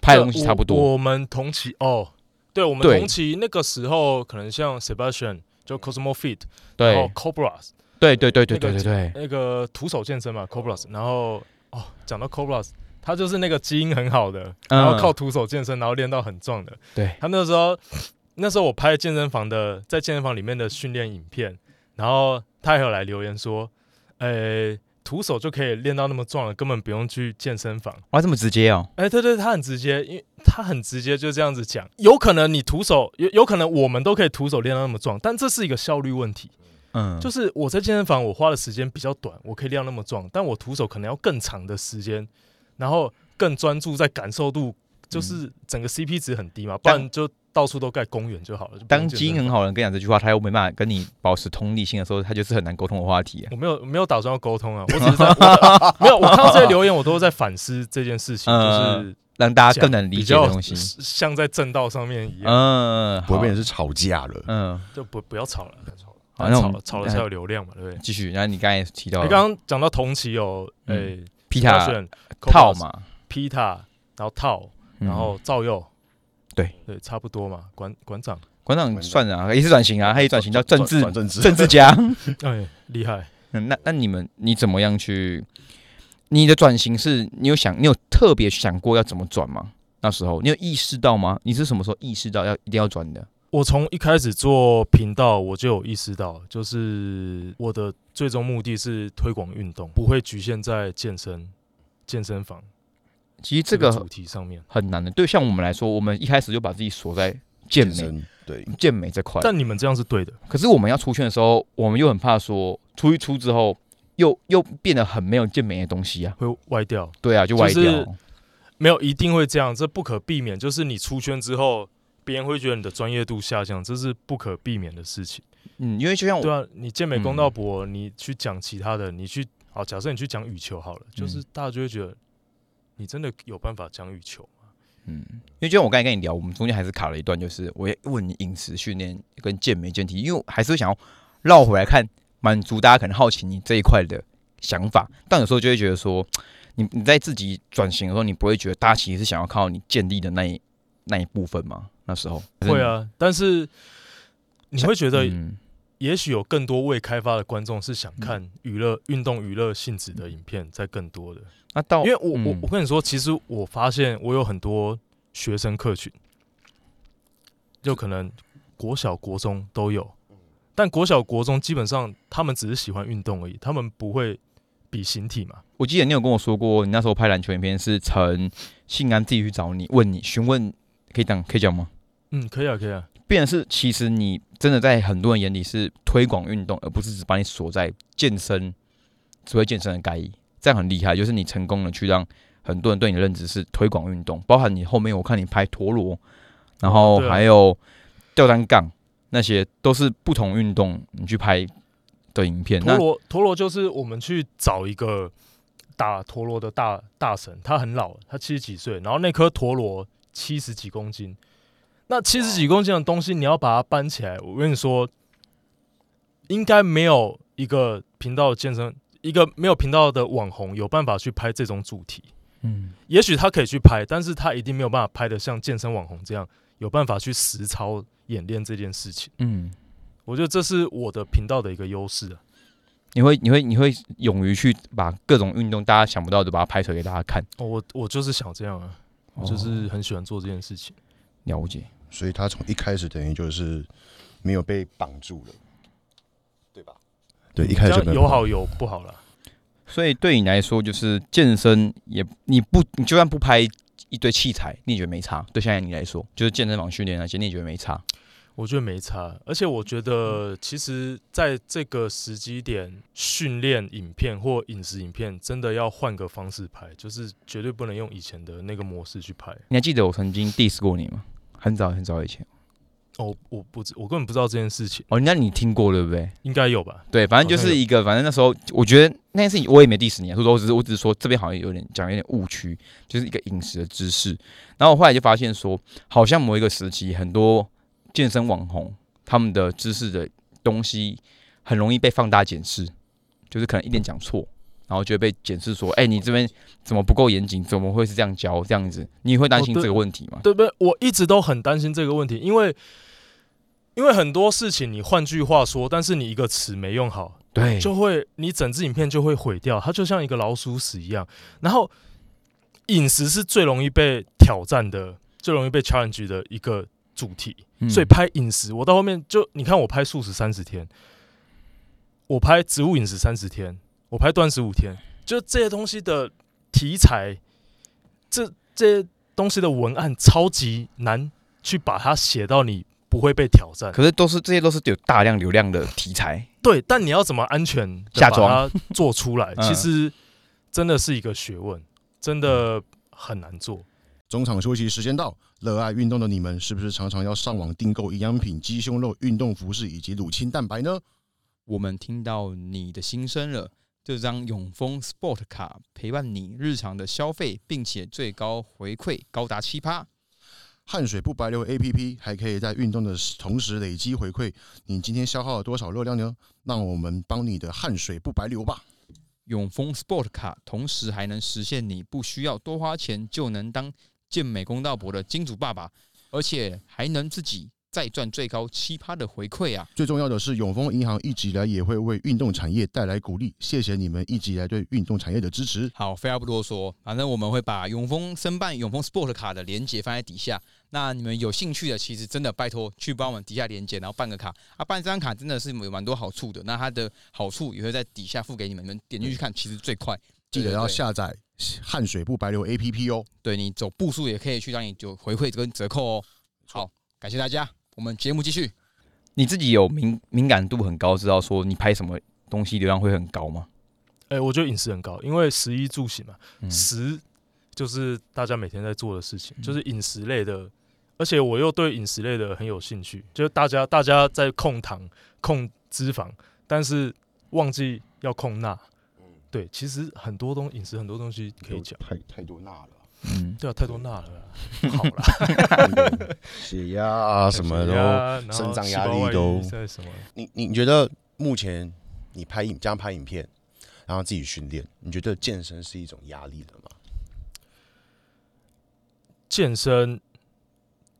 拍的东西差不我多。我们同期哦，对，我们对同期那个时候可能像 Sebastian 就 Cosmo Fit，然后对 Cobras 对对对对那对个对对，那个徒手健身嘛，Cobras，然后哦，讲到 Cobras，他就是那个基因很好的，然后靠徒手健身，然后练到很壮的。嗯对他那时候，那时候我拍健身房的，在健身房里面的训练影片，然后他还有来留言说，呃，徒手就可以练到那么壮了，根本不用去健身房。哇，这么直接哦。哎、对对，他很直接，因为他很直接就这样子讲。有可能你徒手，有有可能我们都可以徒手练到那么壮，但这是一个效率问题。嗯，就是是我在健身房，我花的时间比较短，我可以练到那么壮，但我徒手可能要更长的时间，然后更专注在感受度，嗯就是整个 CP 值很低嘛，不然就到处都盖公园就好了。就不用当基因健身很好的人跟你讲这句话，他又没办法跟你保持同理心的时候，他就是很难沟通的话题。我没有我没有打算要沟 (laughs) 通啊，我只是在我的没有，我看到这些留言，我都在反思这件事情，嗯就是让大家更能理比解的较东西。像在正道上面一样，嗯，不好会，变成是吵架了。嗯，就不不要吵了，不要吵了，好那我吵们了吵了才有流量嘛，对不对？继续。然后你刚才也提到哎你刚刚讲到同期哦哎有诶嗯，皮塔选套嘛，皮塔，然后套，嗯然后赵佑，对对，差不多嘛，馆馆长，馆长算了啊，也是转型啊，他也转型到政治转政治，政治家。 (laughs) 哎，厉害。嗯那那你们你怎么样去？你的转型是你有想，你有特别想过要怎么转吗？那时候你有意识到吗？你是什么时候意识到要一定要转的？我从一开始做频道，我就有意识到，就是我的最终目的是推广运动，不会局限在健身、健身房其实这这个个主题上面。很难的，对像我们来说，我们一开始就把自己锁在健健美、身，对，健美这块。但你们这样是对的，可是我们要出圈的时候，我们又很怕说出一出之后，又又变得很没有健美的东西啊。会歪掉，对啊，就就歪掉。是没有一定会这样，这不可避免。就是你出圈之后，别人会觉得你的专业度下降，这是不可避免的事情。嗯，因为就像我对啊，你健美嗯公道博，你去讲其他的，你去好，假设你去讲羽球好了，嗯就是大家就会觉得你真的有办法讲羽球吗？嗯，因为就像我刚才跟你聊，我们中间还是卡了一段，就是我也问你饮食训练跟健美健体，因为我还是会想要绕回来看，满足大家可能好奇你这一块的想法，但有时候就会觉得说，你你在自己转型的时候，你不会觉得大家其实是想要靠你建立的那一那一部分吗？那时候会，啊，但是你会觉对，得，嗯也许有更多未开发的观众是想看娱乐、运动、娱乐性质的影片，在更多的。那到因为我我嗯我跟你说，其实我发现我有很多学生客群，就可能国小、国中都有，但国小、国中基本上他们只是喜欢运动而已，他们不会比形体嘛。我记得你有跟我说过，你那时候拍篮球影片是陈信安自己去找你，问你询问，可以讲可以讲吗？嗯，可以啊，可以啊。变的是，其实你真的在很多人眼里是推广运动，而不是只把你锁在健身，只会健身的概念，这样很厉害。就是你成功的去让很多人对你的认知是推广运动，包含你后面我看你拍陀螺，然后对啊还有吊单杠那些都是不同运动你去拍的影片。陀那螺，陀螺就是我们去找一个打陀螺的大大神，他很老，他七十几岁，然后那颗陀螺七十几公斤，那七十几公斤的东西，你要把它搬起来，我跟你说，应该没有一个频道的健身，一个没有频道的网红有办法去拍这种主题。嗯，也许他可以去拍，但是他一定没有办法拍的像健身网红这样，有办法去实操演练这件事情。嗯，我觉得这是我的频道的一个优势啊。你会你会你会勇于去把各种运动大家想不到的把它拍出来给大家看，哦，我我就是想这样啊，哦我就是很喜欢做这件事情。了解。所以他从一开始等于就是没有被绑住了，对吧？对，一开这始就样没有绑好有不好啦。所以对你来说，就是健身也你不你就算不拍一堆器材，你也觉得没差？对现在你来说，就是健身房训练那些，你也觉得没差？我觉得没差，而且我觉得其实在这个时机点，训练影片或饮食影片真的要换个方式拍，就是绝对不能用以前的那个模式去拍。你还记得我曾经 diss 过你吗？很早很早以前哦，我不知，我根本不知道这件事情，哦，那你听过对不对？应该有吧？对，反正就好像是一个，反正那时候我觉得那件事情我也没 diss 你啊，所以说我只是我只是说这边好像有点讲有点误区，就是一个饮食的知识。然后我后来就发现说，好像某一个时期很多健身网红他们的知识的东西很容易被放大检视，就是可能一点讲错，然后就会被检视说，哎、你这边怎么不够严谨？怎么会是这样教这样子？你会担哦心对这个问题吗？对不对？我一直都很担心这个问题，因为因为很多事情，你换句话说，但是你一个词没用好，对就会你整支影片就会毁掉，它就像一个老鼠屎一样。然后饮食是最容易被挑战的、最容易被 challenge 的一个主题，嗯所以拍饮食，我到后面就你看我拍素食三十天，我拍植物饮食三十天，我拍断食五天，就这些东西的题材，这这些东西的文案超级难去把它写到你不会被挑战。可是都是这些都是有大量流量的题材，对，但你要怎么安全地下把装它做出 (laughs) 来，嗯其实真的是一个学问，真的很难做。中场休息时间到，热爱运动的你们是不是常常要上网订购营养品、鸡胸肉、运动服饰以及乳清蛋白呢？我们听到你的心声了。这张永丰 Sport 卡陪伴你日常的消费，并且最高回馈高达七趴。汗水不白流 APP 还可以在运动的同时累积回馈，你今天消耗了多少热量呢？让我们帮你的汗水不白流吧。永丰 Sport 卡同时还能实现你不需要多花钱就能当健美公道伯的金主爸爸，而且还能自己再赚最高七趴的回馈啊！最重要的是，永丰银行一直以来也会为运动产业带来鼓励，谢谢你们一直以来对运动产业的支持。好，废话不多说，反正我们会把永丰申办永丰 Sport 卡的连接放在底下。那你们有兴趣的，其实真的拜托去帮我们底下连接，然后办个卡啊。办这张卡真的是有蛮多好处的，那它的好处也会在底下附给你们，你们点进去看，其实最快。记得对对要对下载汗水不白流 APP 哦。对你走步数也可以去让你有回馈跟折扣哦。好，感谢大家，我们节目继续。你自己有敏敏感度很高，知道说你拍什么东西流量会很高吗？哎、我觉得饮食很高，因为食衣住行嘛，嗯食就是大家每天在做的事情，就是饮食类的。而且我又对饮食类的很有兴趣，就是大家大家在控糖、控脂肪，但是忘记要控钠。对，其实很多东饮食很多东西可以讲，太太多钠了，嗯，对啊，太多钠了啦，不好啦。血压啊什么血都。压然后生长细压胞力外都移在什么？你你你觉得目前你拍影这样拍影片，然后自己训练，你觉得健身是一种压力了吗？健身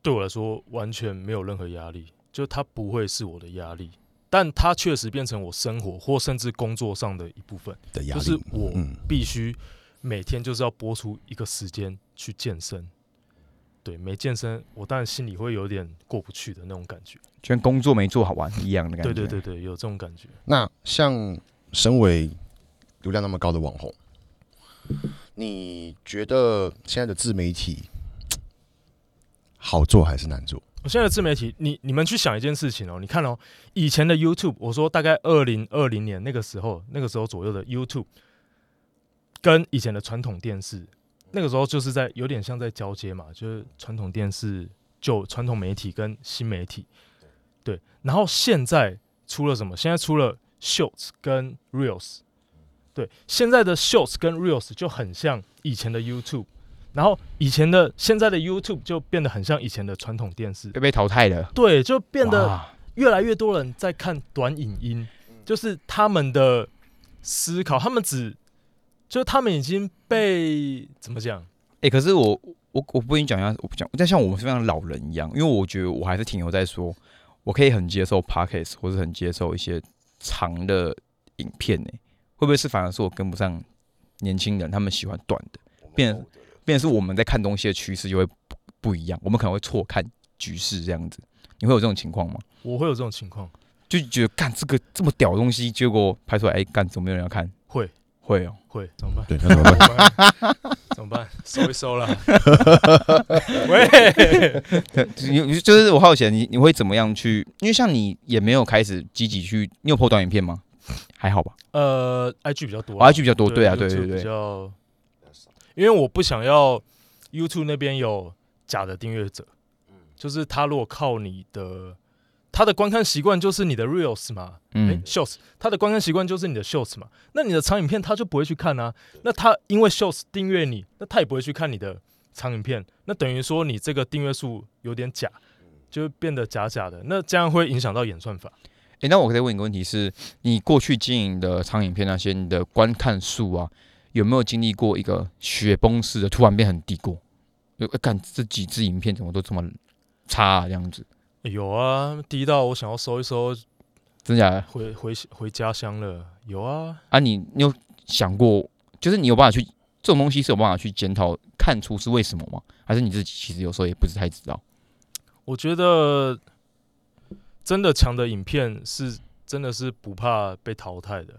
对我来说完全没有任何压力，就它不会是我的压力，但它确实变成我生活或甚至工作上的一部分，的压就力，是我嗯，必须每天就是要播出一个时间去健身。对，没健身，我当然心里会有点过不去的那种感觉。就跟工作没做好玩一样的感对觉。对对对，有这种感觉。那像身为流量那么高的网红，你觉得现在的自媒体好做还是难做？我现在的自媒体，你你们去想一件事情哦，你看哦，以前的 YouTube，我说大概二零二零年那个时候，那个时候左右的 YouTube，跟以前的传统电视，那个时候就是在有点像在交接嘛，就是传统电视、就传统媒体跟新媒体，对。然后现在出了什么？现在出了 Shorts 跟 Reels，对，现在的 Shorts 跟 Reels 就很像以前的 YouTube。然后以前的现在的 YouTube 就变得很像以前的传统电视，被被淘汰了，对，就变得哇越来越多人在看短影音，就是他们的思考，他们只就他们已经被怎么讲？哎、可是我我我不跟你讲一下，我不讲，但像我们是像老人一样，因为我觉得我还是停留在说，我可以很接受 podcast，或是很接受一些长的影片呢、会不会是反而是我跟不上年轻人，他们喜欢短的，变成变成是我们在看东西的趋势就会不不一样，我们可能会错看局势这样子，你会有这种情况吗？我会有这种情况，欸就觉得干这个这么屌的东西，结果拍出来，哎、干怎么没有人要看？会会哦，会怎么办？对，那怎么 (laughs) 办？怎么办？收一收了。 (laughs) 喂，你你就是我好奇，啊你你会怎么样去？因为像你也没有开始积极去，你有 PO 短影片 (laughs) 吗？还好吧，呃，IG 比较多我啊、 IG 比较多，对啊，对 YouTube 对比对，较，因为我不想要 YouTube 那边有假的订阅者，就是他如果靠你的他的观看习惯就是你的 Reels 嘛，哎、嗯 s h o r t s 他的观看习惯就是你的 Shorts 嘛，那你的长影片他就不会去看啊。那他因为 Shorts 订阅你，那他也不会去看你的长影片，那等于说你这个订阅数有点假，就变得假假的。那这样会影响到演算法。哎、那我可以问你个问题是：你过去经营的长影片那些，你的观看数啊，有没有经历过一个雪崩式的突然变很低过？有，呃干、这几支影片怎么都这么差、啊、这样子？有啊，低到我想要收一收，真假的？回回回家乡了。有啊，啊你，你有想过，就是你有办法去这种东西是有办法去检讨、看出是为什么吗？还是你自己其实有时候也不是太知道？我觉得真的强的影片是真的是不怕被淘汰的。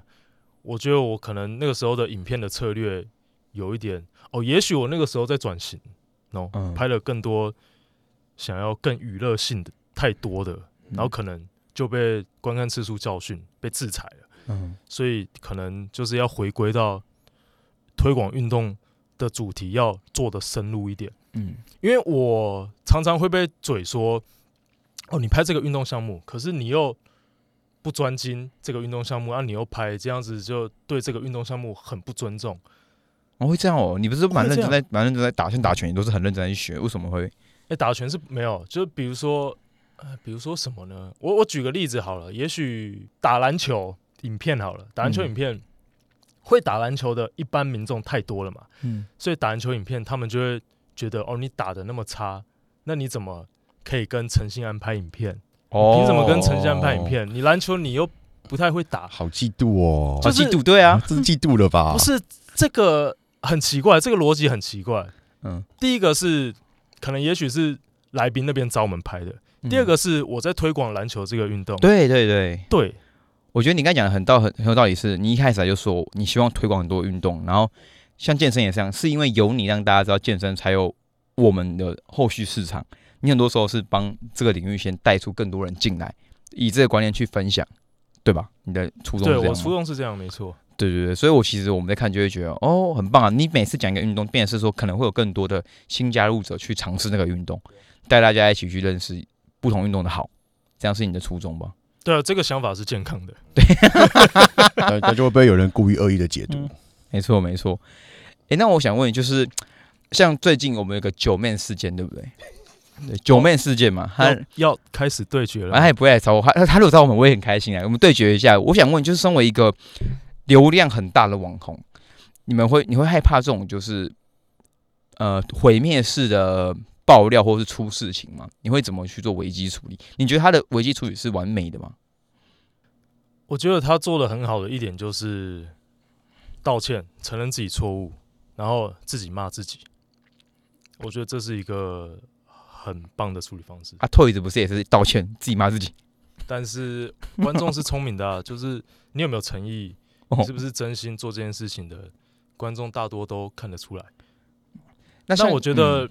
我觉得我可能那个时候的影片的策略有一点哦，也许我那个时候在转型，no，、嗯拍了更多想要更娱乐性的太多的，然嗯后可能就被观看次数教训，被制裁了。嗯，所以可能就是要回归到推广运动的主题要做的深入一点。嗯，因为我常常会被嘴说，哦，你拍这个运动项目，可是你又不专精这个运动项目，啊，你又拍这样子，就对这个运动项目很不尊重。哦，会这样哦，你不是蛮认真我会在蛮认真在打，像打拳也都是很认真在去学，为什么会？哎、打拳是没有，就比如说，呃，比如说什么呢？我我举个例子好了，也许打篮球影片好了，打篮球嗯影片、会打篮球的一般民众太多了嘛，嗯所以打篮球影片，他们就会觉得哦，你打的那么差，那你怎么可以跟陈信安拍影片？哦凭什么跟陈信安拍影？片？你篮球你又不太会打，好嫉妒哦，好就是嫉妒，对啊，这是嫉妒了吧？不是这个很奇怪，这个逻辑很奇怪。嗯，第一个是可能也许是来宾那边找我们拍的，第二个是我在推广篮球这个运动。嗯对对对，对我觉得你刚才讲的很道很很有道理是，你一开始来就说你希望推广很多运动，然后像健身也是这样，是因为有你让大家知道健身，才有我们的后续市场。你很多时候是帮这个领域先带出更多人进来，以这个观念去分享，对吧？你的初衷是对，这我样初吗？衷是这样，没错。对对对，所以我其实我们在看就会觉得哦，很棒啊！你每次讲一个运动，变的是说可能会有更多的新加入者去尝试那个运动，带大家一起去认识不同运动的好，这样是你的初衷吧？对啊，这个想法是健康的。那那就会被有人故意恶意的解读。没错，没错。哎、那我想问你，就是像最近我们有个九妹事件，对不对？对，九妹事件嘛，他要要开始对决了反正他吗，也不会来找我，他他如果找我们，我也很开心啊。我们对决一下，我想问，就是身为一个流量很大的网红，你们会你会害怕这种就是呃毁灭式的爆料或是出事情吗？你会怎么去做危机处理？你觉得他的危机处理是完美的吗？我觉得他做的很好的一点就是道歉，承认自己错误，然后自己骂自己。我觉得这是一个很棒的处理方式。啊，Toys 不是也是道歉，自己骂自己？(laughs) 但是观众是聪明的、啊，就是你有没有诚意，哦你是不是真心做这件事情的，观众大多都看得出来。那那像嗯我觉得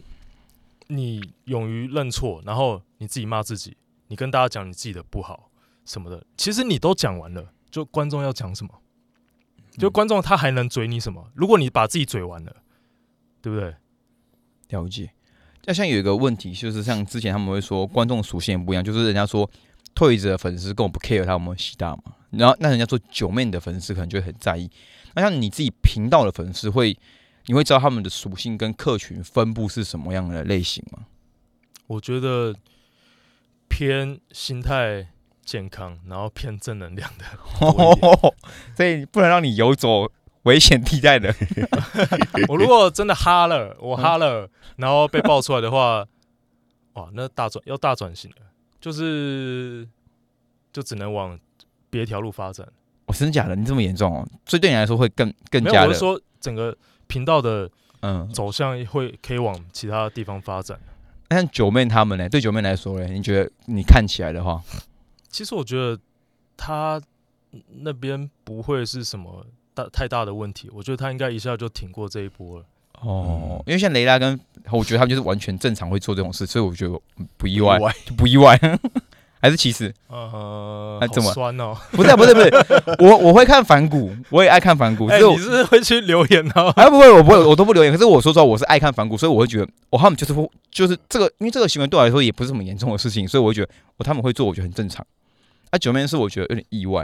你勇于认错，然后你自己骂自己，你跟大家讲你自己的不好什么的，其实你都讲完了，就观众要讲什么，就观众他还能嘴你什么？如果你把自己嘴完了，对不对？了解。那像有一个问题，就是像之前他们会说观众属性也不一样，就是人家说 Toys 的粉丝根本不 care 他有没有吸大嘛，然后那人家说九妹的粉丝可能就会很在意。那像你自己频道的粉丝会，你会知道他们的属性跟客群分布是什么样的类型吗？我觉得偏心态健康，然后偏正能量的多一点。 (laughs) 所以不能让你游走危险地带的。 (laughs) 我如果真的哈了，我哈了，然后被爆出来的话， (laughs) 哇，那大转要大转型了，就是就只能往别条路发展。我、哦真的假的？你这么严重哦？所以对你来说会更更没加有，我的是说整个频道的嗯。走向会可以往其他地方发展。那像九妹他们呢？对九妹来说呢？你觉得你看起来的话，其实我觉得他那边不会是什么大太大的问题，我觉得他应该一下就挺过这一波了。哦，因为像雷拉跟我觉得他们就是完全正常会做这种事，所以我觉得不意外意，外就不意外， (laughs) 还是其实呃，啊好怎么酸哦？不是啊、不是不是，我我会看反骨，我也爱看反骨，只哎，是我你是会去留言哦？啊，不 (laughs) 会，我不会，我都不留言。可是我说实话，我是爱看反骨，所以我会觉得，哦，他们就是会，就是这个，因为这个行为对我来说也不是什么严重的事情，所以我会觉得，哦，他们会做，我觉得很正常。啊，九妹是我觉得有点意外，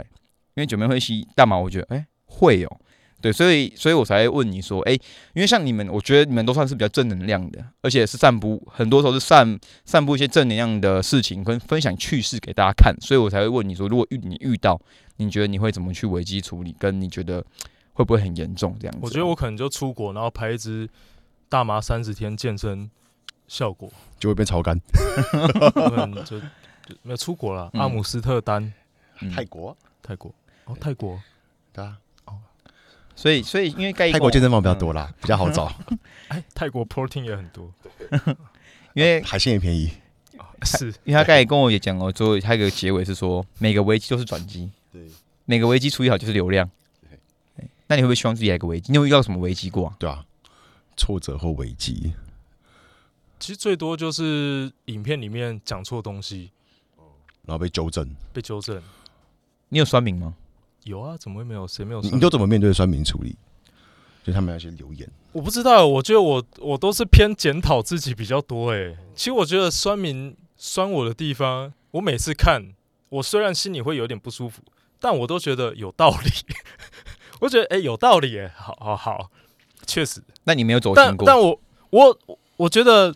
因为九妹会吸大麻，我觉得，哎、会哦，对，所以，所以我才问你说，哎、因为像你们，我觉得你们都算是比较正能量的，而且是散布，很多时候是散散布一些正能量的事情跟分享趣事给大家看，所以我才会问你说，如果遇你遇到，你觉得你会怎么去危机处理，跟你觉得会不会很严重这样子？我觉得我可能就出国，然后拍一支大麻三十天健身 (laughs) 效果，就会被超干。他们就就没有出国了。嗯阿姆斯特丹，嗯国，泰国，哦，泰国，对啊，所以，所以因为盖伊泰国跟健身房比较多啦，比较好找，哎，泰国 protein 也很多，我，因 (laughs) 为海鲜也便宜。是因为他刚才跟我也讲哦，最后他有一个结尾是说，每个危机都是转机，对，每个危机处理好就是流量。哎那你会不会希望自己来个危机？你有遇到什么危机过、啊？对啊，挫折或危机，其实最多就是影片里面讲错东西然后被纠正，被纠正。你有酸民吗？有啊，怎么会没有？谁没有你算？你都怎么面对酸民处理？就他们那些留言，我不知道，我觉得我我都是偏检讨自己比较多。哎，其实我觉得酸民酸我的地方，我每次看，我虽然心里会有点不舒服，但我都觉得有道理。 (laughs) 我觉得哎、有道理哎，好好好，确实。那你没有走但心过但我我我觉得，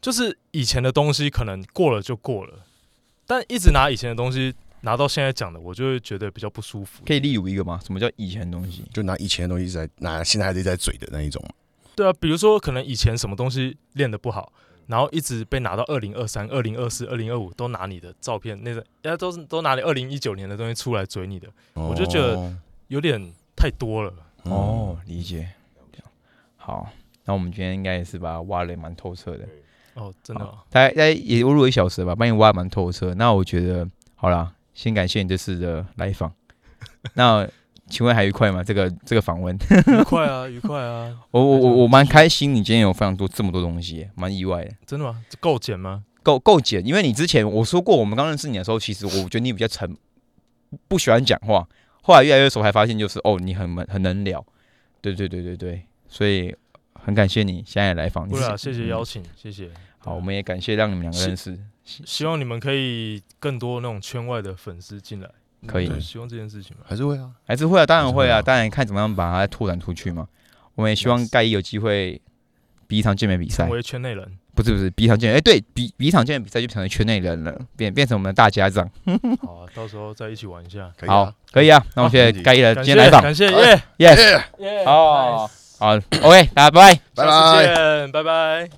就是以前的东西可能过了就过了，但一直拿以前的东西拿到现在讲的，我就会觉得比较不舒服。可以例如一个吗？什么叫以前的东西？就拿以前的东西一直在拿，现在还是一直在嘴的那一种。对啊，比如说可能以前什么东西练得不好，然后一直被拿到二零二三、二零二四、二零二五都拿你的照片，那个人家都是都拿你二零一九年的东西出来追你的，我就觉得哦有点太多了。嗯哦，，理解。好，那我们今天应该也是把它挖的蛮透彻的，哦，真的哦、大概大概也录了一小时吧，帮你挖的蛮透彻。那我觉得好啦，先感谢你这次的来 (laughs) 访。那请问还愉快吗？这个这个访问？愉快啊，愉快啊，我我我我蛮开心，你今天有非常多这么多东西，蛮意外的。 (laughs) 真的吗？这够减吗？够够简，因为你之前我说过，我们刚认识你的时候，其实我觉得你比较沉，不喜欢讲话。后来越来越熟，才发现就是哦，你很蛮很能聊。对对对对对，所以很感谢你现在的来访。你不是啦，谢谢邀嗯请，谢谢。好，我们也感谢让你们两个是认识。希望你们可以更多那种圈外的粉丝进来，可以对希望这件事情嘛。还是会啊，还是会啊，当然会还是会啊，啊当然看怎么样把它拓展出去嘛。我们也希望盖伊有机会比一场健美比赛成，为圈内人，不是不是比一场健美，哎、对比比一场健美比赛就成为圈内人了，变变成我们的大家长。好啊、到时候再一起玩一下。可以好啊，，可以啊，那我们好谢谢没问题盖伊的感今谢，天来访感谢好耶，yes。耶，哦，好，OK，大家拜拜。下拜次拜。见，拜拜。